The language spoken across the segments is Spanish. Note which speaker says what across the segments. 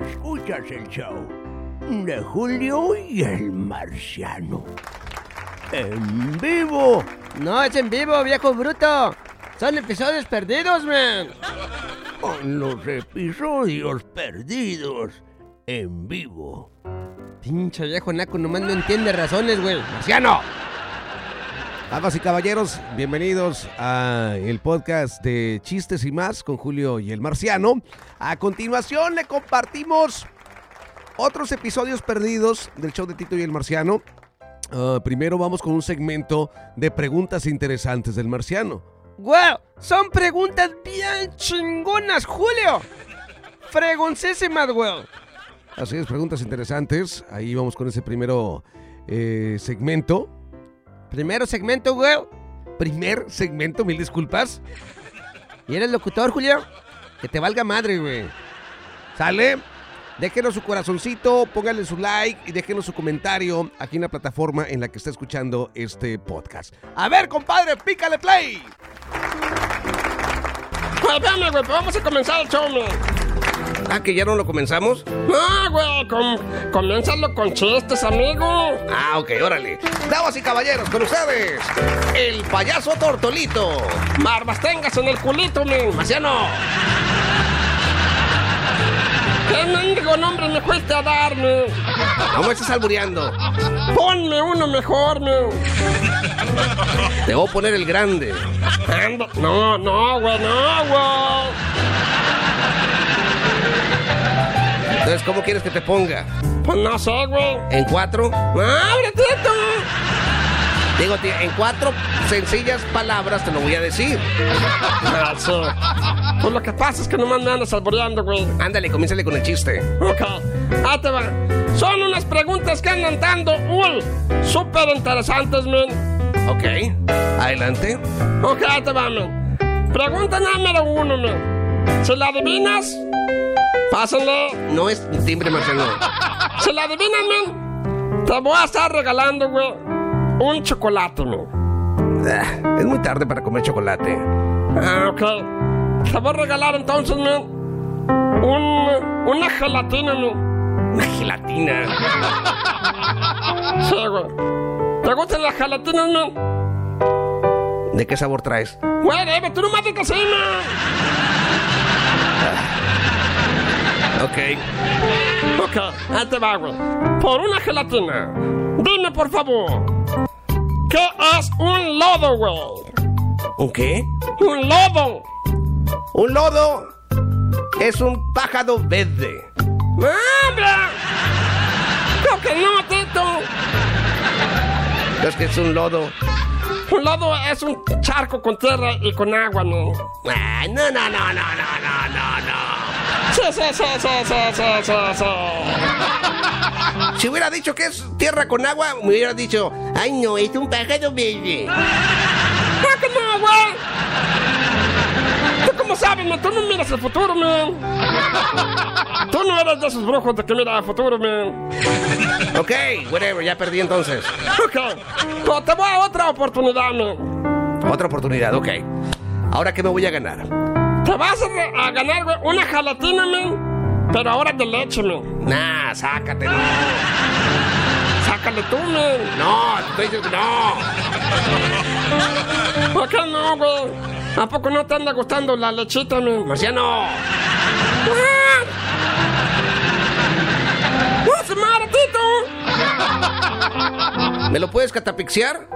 Speaker 1: Escuchas el show de Julio y el Marciano. En vivo.
Speaker 2: No es en vivo, viejo bruto. Son episodios perdidos, man.
Speaker 1: Con los episodios perdidos. En vivo.
Speaker 2: Pinche viejo naco, nomás no entiende razones, güey.
Speaker 1: ¡Marciano!
Speaker 3: Damas y caballeros, bienvenidos a el podcast de Chistes y más con Julio y el Marciano. A continuación le compartimos otros episodios perdidos del show de Tito y el Marciano. Ah, primero vamos con un segmento de preguntas interesantes del Marciano.
Speaker 2: ¡Wow! Son preguntas bien chingonas, Julio. Fregoncísimas, güey.
Speaker 3: Así es, preguntas interesantes. Ahí vamos con ese primero eh, segmento.
Speaker 2: Primero segmento, güey.
Speaker 3: Primer segmento, mil disculpas.
Speaker 2: ¿Y eres locutor, Julio? Que te valga madre, güey.
Speaker 3: ¿Sale? Déjenos su corazoncito, pónganle su like y déjenos su comentario aquí en la plataforma en la que está escuchando este podcast. A ver, compadre, pícale play.
Speaker 2: Güey, dale, güey, vamos a comenzar el show, man.
Speaker 3: Ah, que ya no lo comenzamos.
Speaker 2: No, güey, com comiénzalo con chistes, amigo.
Speaker 3: Ah, ok, órale. Damas y caballeros, con ustedes, el payaso Tortolito.
Speaker 2: Barbas tengas en el culito, man.
Speaker 3: Marciano.
Speaker 2: ¿Qué mendigo nombre me fuiste a darme?
Speaker 3: No me estés albureando.
Speaker 2: Ponme uno mejor, man.
Speaker 3: Te voy a poner el grande.
Speaker 2: Anda- No, no, güey, no, güey.
Speaker 3: Entonces, ¿cómo quieres que te ponga?
Speaker 2: Pues no sé, güey.
Speaker 3: ¿En cuatro?
Speaker 2: ¡Abre, Tito!
Speaker 3: Digo, tío, en cuatro sencillas palabras te lo voy a decir.
Speaker 2: Ah, sí. Pues lo que pasa es que nomás me andas alboreando, güey.
Speaker 3: Ándale, comiénzale con el chiste.
Speaker 2: Ok, ahí te va. Son unas preguntas que andan dando, uy, súper interesantes, men.
Speaker 3: Ok, adelante.
Speaker 2: Ok, ahí te va, men. Pregunta número uno, men. Si la adivinas, pásenle.
Speaker 3: No es timbre, Marciano.
Speaker 2: Si la adivinas, men, te voy a estar regalando, güey, un chocolate, men.
Speaker 3: Ah, Es muy tarde para comer chocolate.
Speaker 2: Ah, ok. Te voy a regalar entonces, men, un, una gelatina, men.
Speaker 3: Una gelatina.
Speaker 2: Sí, güey. ¿Te gustan las gelatinas, man?
Speaker 3: ¿De qué sabor traes?
Speaker 2: Güey, dime, tú nomás dices sí, man.
Speaker 3: Ok.
Speaker 2: Ok, ahí te va, güey. Por una gelatina. Dime, por favor. ¿Qué es un lodo, güey?
Speaker 3: ¿Un qué?
Speaker 2: Un lodo.
Speaker 3: Un lodo es un pájaro verde.
Speaker 2: ¡No, ¡Hombre! Creo que no, Tito.
Speaker 3: Es que es un lodo.
Speaker 2: Un lodo es un charco con tierra y con agua, ¿no?
Speaker 3: Ah, no, no, no, no, no, no, no,
Speaker 2: Sí, sí, sí, sí, sí, sí, sí, sí.
Speaker 3: no. Si hubiera dicho que es tierra con agua, me hubiera dicho, ay no, es un pájaro verde.
Speaker 2: Creo que no, güey. ¿Tú cómo sabes, man? Tú no miras el futuro, man. Tú no eres de esos brujos de que mira el futuro, man.
Speaker 3: Ok, whatever, ya perdí entonces.
Speaker 2: Ok, pues te voy a otra oportunidad, man.
Speaker 3: Otra oportunidad, ok. Ahora que me voy a ganar.
Speaker 2: Te vas a, re- a ganar, güey, una gelatina, man. Pero ahora de leche, man.
Speaker 3: Nah, sácate, no.
Speaker 2: Sácale tú, man.
Speaker 3: No, estoy diciendo, no.
Speaker 2: ¿Por qué no, güey? ¿A poco no te anda gustando la lechita, Pues man?
Speaker 3: Marciano.
Speaker 2: ¡What's the matter, Tito?
Speaker 3: ¿Me lo puedes catapixiar?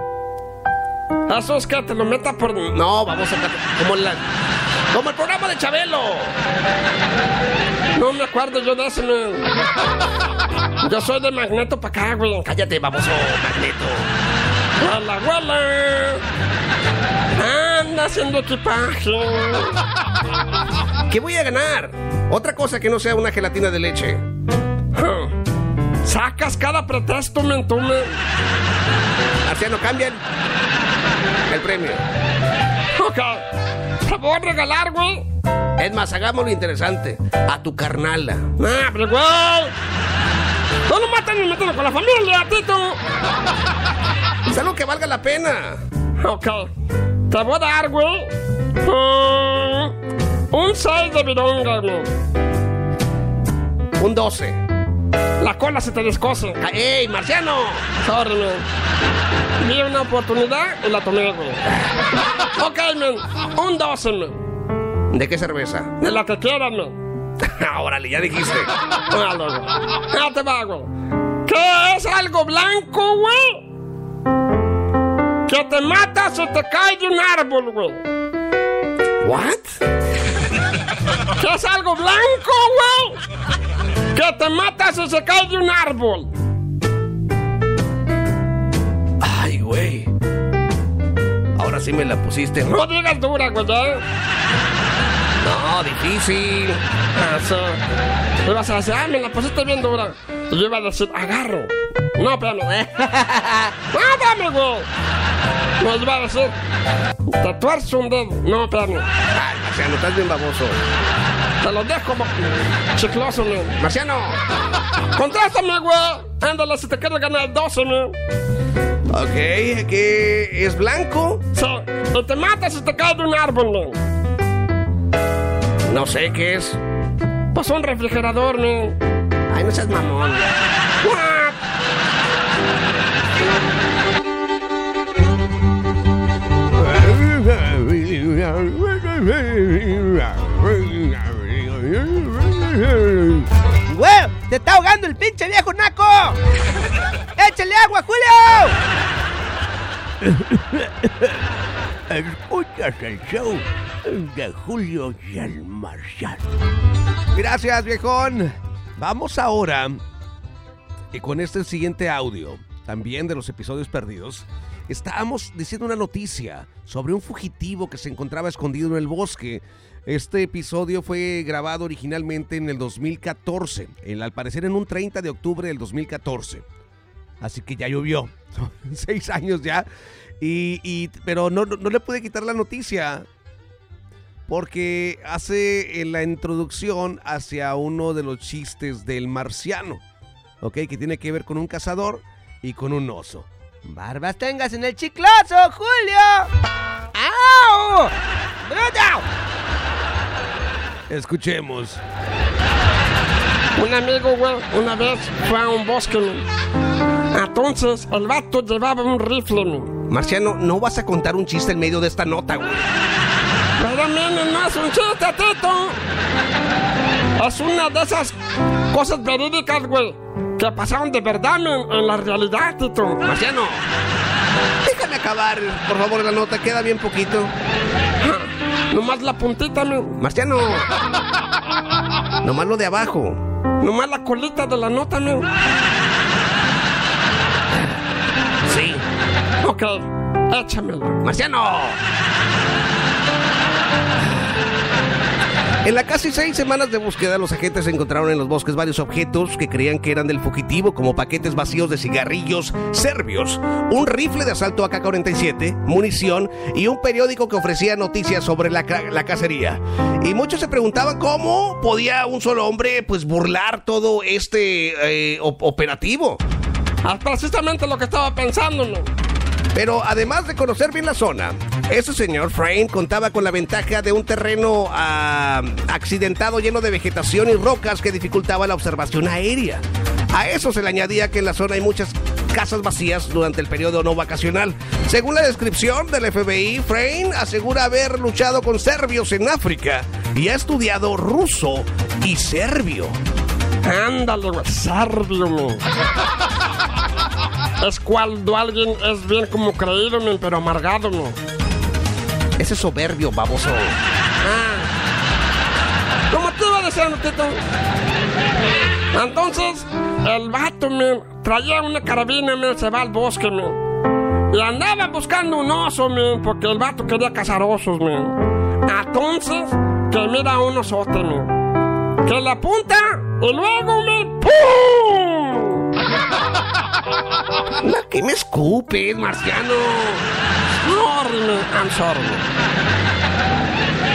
Speaker 2: Ah, Eso es que te lo meta por...
Speaker 3: No, vamos a cata- como la como el programa de Chabelo.
Speaker 2: No me acuerdo yo de ese, man. Yo soy de Magneto para acá, güey.
Speaker 3: Cállate, baboso, Magneto.
Speaker 2: ¡Huela, huela! Anda haciendo equipaje.
Speaker 3: ¿Qué voy a ganar? Otra cosa que no sea una gelatina de leche.
Speaker 2: Sacas cada pretexto, men, tú, men.
Speaker 3: Marciano, cambian el premio.
Speaker 2: Ok. Te voy a regalar, güey.
Speaker 3: Es más, hagámoslo interesante. A tu carnala.
Speaker 2: Nah, pero güey. No lo matan ni meten con la familia, Tito.
Speaker 3: Es algo que valga la pena.
Speaker 2: Ok. Te voy a dar, güey. ah, un 6 de vironga, güey.
Speaker 3: Un 12.
Speaker 2: La cola se te descoce.
Speaker 3: Ca- ¡Ey, Marciano!
Speaker 2: Sorry, man. Vi una oportunidad y la tomé, güey. Ok, man. Un 12, man.
Speaker 3: ¿De qué cerveza?
Speaker 2: De la que quieras, man.
Speaker 3: Órale, ya dijiste.
Speaker 2: Dale, güey. Ya te va, güey. ¿Qué es algo blanco, güey? Que te mata si te cae de un árbol, güey.
Speaker 3: ¿What?
Speaker 2: ¿Qué es algo blanco, güey? Que te mata si se cae de un árbol.
Speaker 3: Ay, güey. Ahora sí me la pusiste.
Speaker 2: No digas dura, güey, ¿eh?
Speaker 3: No, difícil.
Speaker 2: Eso. Ibas a decir, ah, me la pusiste bien dura. Y yo iba a decir, agarro. No, espérame. no, espérame, güey. No, yo iba a decir, te tuerzo un dedo. No, espérame.
Speaker 3: Ay, Marciano, estás bien baboso.
Speaker 2: Te lo dejo como chicloso, güey.
Speaker 3: Marciano.
Speaker 2: Contéstame, güey. Ándale, si te quieres ganar el 12, güey.
Speaker 3: Ok, que es blanco.
Speaker 2: Sí. Y te matas si te caes de un árbol, güey.
Speaker 3: No sé qué es.
Speaker 2: Pues un refrigerador, güey.
Speaker 3: Ay, no seas mamón.
Speaker 1: ¡Güey! ¡Te está ahogando el pinche viejo naco! ¡Échale agua, Julio!
Speaker 4: Escuchas el show de Julio y el Marciano.
Speaker 1: Gracias, viejón. Vamos ahora. Y con este siguiente audio, también de los episodios perdidos, estábamos diciendo una noticia sobre un fugitivo que se encontraba escondido en el bosque. Este episodio fue grabado originalmente en el 2014, el- al parecer en un 30 de octubre del 2014. Así que ya llovió. Son seis años ya. Y, y- pero no, no- no le pude quitar la noticia. Porque hace eh, la introducción hacia uno de los chistes del marciano. ¿Ok? Que tiene que ver con un cazador y con un oso. Barbas tengas en el chicloso, Julio. ¡Au! ¡Bruto! Escuchemos.
Speaker 2: Un amigo, güey, una vez fue a un bosque, güey. Entonces, el vato llevaba un rifle, güey.
Speaker 3: Marciano, no vas a contar un chiste en medio de esta nota, güey.
Speaker 2: Pero, miren, no es un chiste, Tito. Es una de esas cosas verídicas, güey, que pasaron de verdad, men, en la realidad, Tito.
Speaker 3: Marciano, déjame acabar, por favor, la nota. Queda bien poquito.
Speaker 2: Nomás la puntita, men.
Speaker 3: Marciano, nomás lo de abajo.
Speaker 2: Nomás la colita de la nota, men.
Speaker 3: Sí.
Speaker 2: Ok, échamela.
Speaker 3: Marciano. En las casi seis semanas de búsqueda, los agentes encontraron en los bosques varios objetos que creían que eran del fugitivo, como paquetes vacíos de cigarrillos serbios, un rifle de asalto AK-47, munición y un periódico que ofrecía noticias sobre la, ca- la cacería. Y muchos se preguntaban cómo podía un solo hombre pues burlar todo este eh, op- operativo.
Speaker 2: Ah, precisamente lo que estaba pensando, men.
Speaker 3: Pero además de conocer bien la zona, ese señor Frame contaba con la ventaja de un terreno ah, accidentado lleno de vegetación y rocas que dificultaba la observación aérea. A eso se le añadía que en la zona hay muchas casas vacías durante el periodo no vacacional. Según la descripción del FBI, Frame asegura haber luchado con serbios en África y ha estudiado ruso y serbio.
Speaker 2: Ándale, güey, serbio, men. Es cuando alguien es bien como creído, men, pero amargado, men.
Speaker 3: Ese soberbio, baboso.
Speaker 2: Ah. Como te iba diciendo, Tito. Entonces, el vato, men, traía una carabina, men, se va al bosque, men. Y andaba buscando un oso, men, porque el vato quería cazar osos, men. Entonces, que mira a un osote, men. que la punta y luego me... ¡Pum!
Speaker 3: ¿A qué me escupes, marciano?
Speaker 2: Sorry, man. I'm sorry.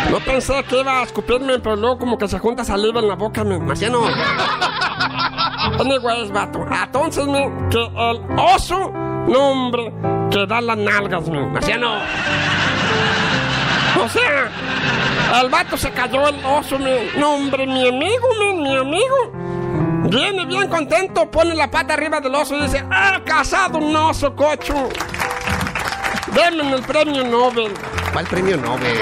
Speaker 2: man. No pensé que iba a escupirme, pero luego como que se junta saliva en la boca, me marciano. Anyways, vato. Entonces, man, que el oso, no hombre, que da las nalgas, man, marciano. O sea, al vato se cayó el oso, men. No, hombre, mi amigo, men, mi amigo. Viene bien contento, pone la pata arriba del oso y dice, ¡Ah, casado un oso, cocho! Denme el premio Nobel.
Speaker 3: ¿Cuál premio Nobel?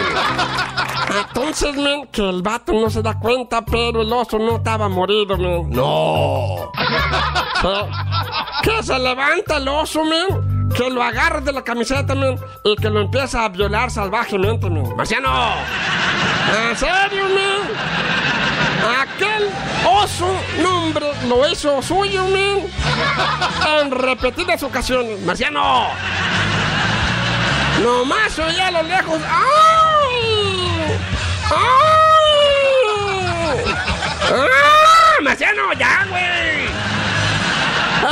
Speaker 2: Entonces, men, que el vato no se da cuenta, pero el oso no estaba morido, men.
Speaker 3: No.
Speaker 2: Eh, Que se levanta el oso, men. Que lo agarra de la camiseta, men. Y que lo empieza a violar salvajemente, men.
Speaker 3: Marciano.
Speaker 2: ¿En serio, men? Aquel oso, nombre, lo hizo suyo, men. En repetidas ocasiones.
Speaker 3: Marciano.
Speaker 2: Nomás oía a lo lejos. ¡Ay! ¡Ay!
Speaker 3: ¡Ah! Marciano, ya, güey.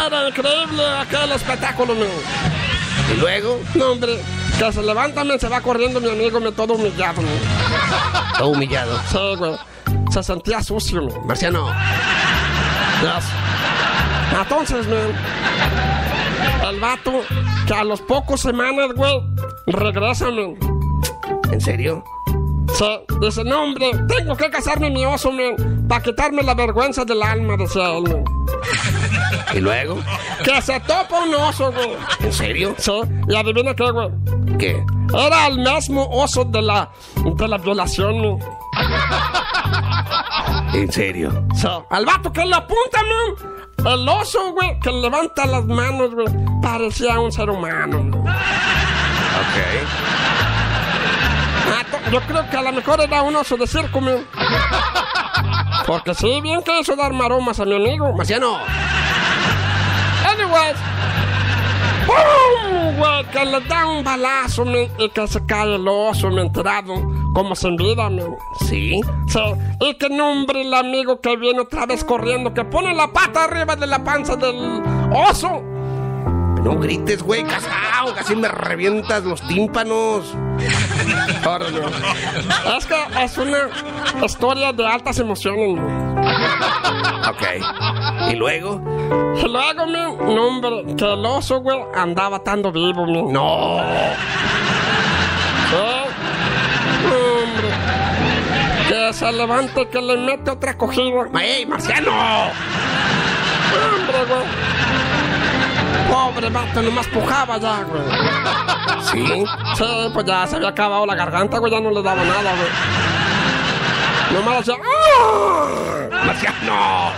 Speaker 2: Era increíble aquel espectáculo, men.
Speaker 3: Y luego,
Speaker 2: No, hombre, que se levanta, men, se va corriendo mi amigo, me todo humillado, men.
Speaker 3: todo humillado.
Speaker 2: Sí, güey. Se sentía sucio, men.
Speaker 3: Marciano.
Speaker 2: Yes. Entonces, men, el vato que a los pocos semanas, güey, regresa, men.
Speaker 3: ¿En serio?
Speaker 2: Se dice, no, hombre, tengo que casarme mi oso, men, para quitarme la vergüenza del alma, decía él, men.
Speaker 3: ¿Y luego?
Speaker 2: Que se topa un oso, güey.
Speaker 3: ¿En serio?
Speaker 2: Sí, y adivina qué, güey.
Speaker 3: ¿Qué?
Speaker 2: Era el mismo oso de la, de la violación, men.
Speaker 3: ¿En serio?
Speaker 2: Sí. Al vato que le apunta, men, el oso, güey, que levanta las manos, güey, parecía un ser humano, men.
Speaker 3: Ok.
Speaker 2: Ah, to- Yo creo que a lo mejor era un oso de circo, men. Porque sí, bien que hizo dar maromas a mi amigo.
Speaker 3: Marciano.
Speaker 2: Anyways. ¡Pum! Güey, que le da un balazo, men, y que se cae el oso, me enterado, como sin vida, men.
Speaker 3: Sí.
Speaker 2: Sí, y que nombre el amigo que viene otra vez corriendo, que pone la pata arriba de la panza del oso.
Speaker 3: No grites, güey, casado. Casi me revientas los tímpanos.
Speaker 2: Órale. Es que es una historia de altas emociones, men.
Speaker 3: Ok. ¿Y luego?
Speaker 2: Luego, men, no, hombre, que el oso, güey, andaba atando vivo, men. No.
Speaker 3: No.
Speaker 2: hombre. Que se levante, que le mete otra cogida.
Speaker 3: ¡Ey, Marciano!
Speaker 2: Hombre, güey. Pobre vato, nomás pujaba ya, güey.
Speaker 3: Sí.
Speaker 2: Sí, pues ya se había acabado la garganta, güey, ya no le daba nada, güey. Nomás hacía... ¡Ah!
Speaker 3: Marciano.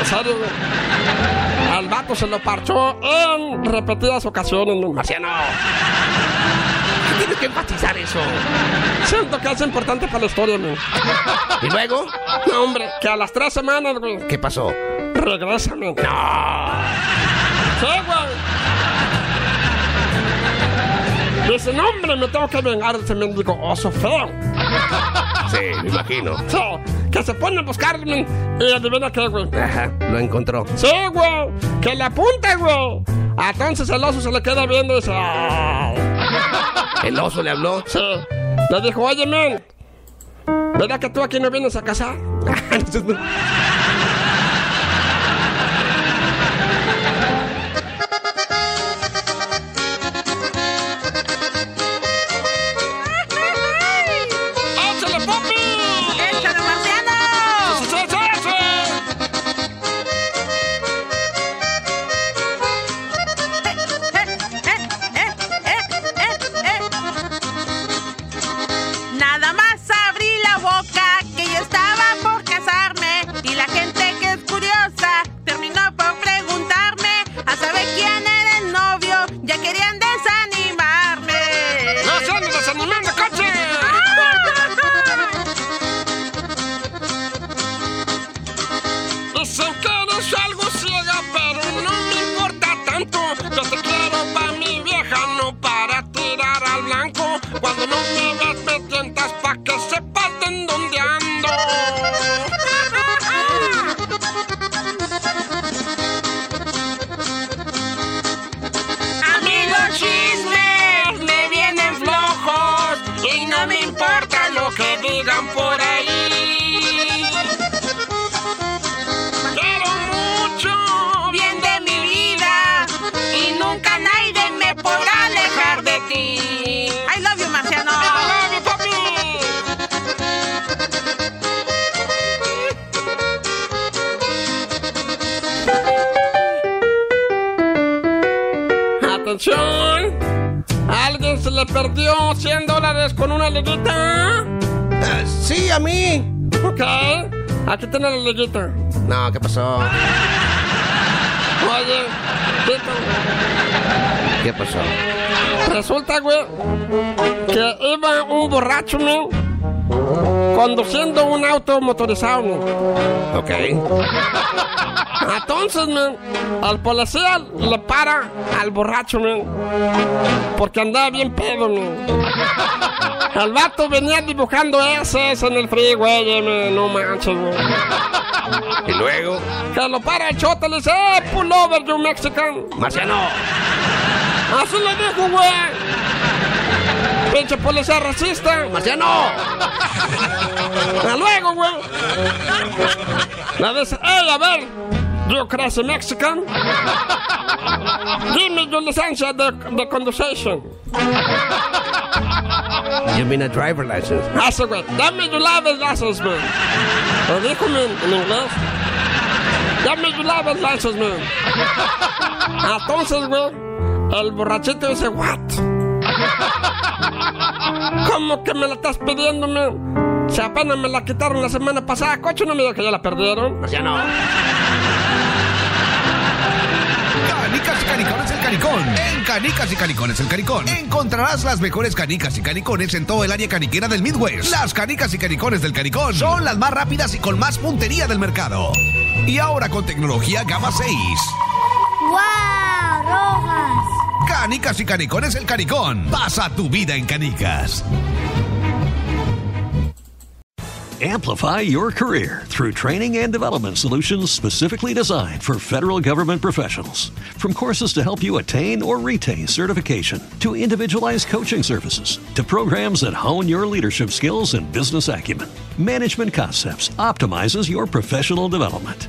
Speaker 2: En serio, güey. Al vato se lo parchó en repetidas ocasiones, men.
Speaker 3: Marciano. ¿Qué tienes que enfatizar eso?
Speaker 2: Siento que es importante para la historia, men.
Speaker 3: ¿Y luego?
Speaker 2: No, hombre, que a las tres semanas, güey,
Speaker 3: ¿Qué pasó?
Speaker 2: regrésame. No. Sí, güey. Dice, no, hombre, me tengo que vengar de ese mendigo oso feo.
Speaker 3: Sí, me imagino.
Speaker 2: Sí, que se pone a buscarme y adivina qué, güey.
Speaker 3: Ajá, lo encontró.
Speaker 2: Sí, güey, que le apunta, güey. Entonces el oso se le queda viendo y dice, "Ay".
Speaker 3: El oso le habló.
Speaker 2: Sí. Le dijo, oye, men, ¿verdad que tú aquí no vienes a casar? ¡Échale, papi!
Speaker 5: ¡Échale, marciano!
Speaker 2: ¡Sí, sí, sí, sí!
Speaker 5: Nada más abrí la boca que yo estaba por casarme y la
Speaker 2: andan por ahí. Quiero mucho bien de mi vida y nunca nadie me podrá alejar de ti.
Speaker 5: I love you, Marciano.
Speaker 2: ¡Ay, papi! ¡Atención! ¿A alguien se le perdió 100 dólares con una liguita?
Speaker 3: Ah, sí, a mí.
Speaker 2: Ok, aquí tiene la liguita.
Speaker 3: No, ¿qué pasó?
Speaker 2: Oye, Tito,
Speaker 3: ¿Qué pasó?
Speaker 2: resulta, güey, que iba un borracho, ¿no? Conduciendo un auto motorizado, ¿no?
Speaker 3: Ok.
Speaker 2: Entonces, men, al policía le para al borracho, men, porque andaba bien pedo, men. El vato venía dibujando S en el freeway, men, no manches, men.
Speaker 3: Y luego.
Speaker 2: Que lo para el chota, le dice, eh, pull over, you Mexican.
Speaker 3: Marciano.
Speaker 2: Así le dijo, güey. Pinche policía racista.
Speaker 3: Marciano.
Speaker 2: Hasta luego, güey. La dice, hey, a ver, yo crazy Mexican. Dime tu licencia de, de conducción.
Speaker 3: You mean a driver license.
Speaker 2: Hace, güey, dame tu driver's license, man. Lo dijo man, en inglés. Dame tu driver's license, man. Ah, Entonces, güey, el borrachito dice, what? ¿Cómo que me la estás pidiendo, man? Si apenas me la quitaron la semana pasada, coche, no me digas que ya la perdieron.
Speaker 3: Marciano.
Speaker 6: Canicas y canicones el canicón. En Canicas y canicones el canicón. Encontrarás las mejores canicas y canicones en todo el área caniquera del Midwest. Las canicas y canicones del canicón son las más rápidas y con más puntería del mercado. Y ahora con tecnología gama 6.
Speaker 7: ¡Guau, Rojas!
Speaker 6: Canicas y canicones el canicón. Pasa tu vida en canicas.
Speaker 8: Amplify your career through training and development solutions specifically designed for federal government professionals. From courses to help you attain or retain certification, to individualized coaching services, to programs that hone your leadership skills and business acumen, Management Concepts optimizes your professional development.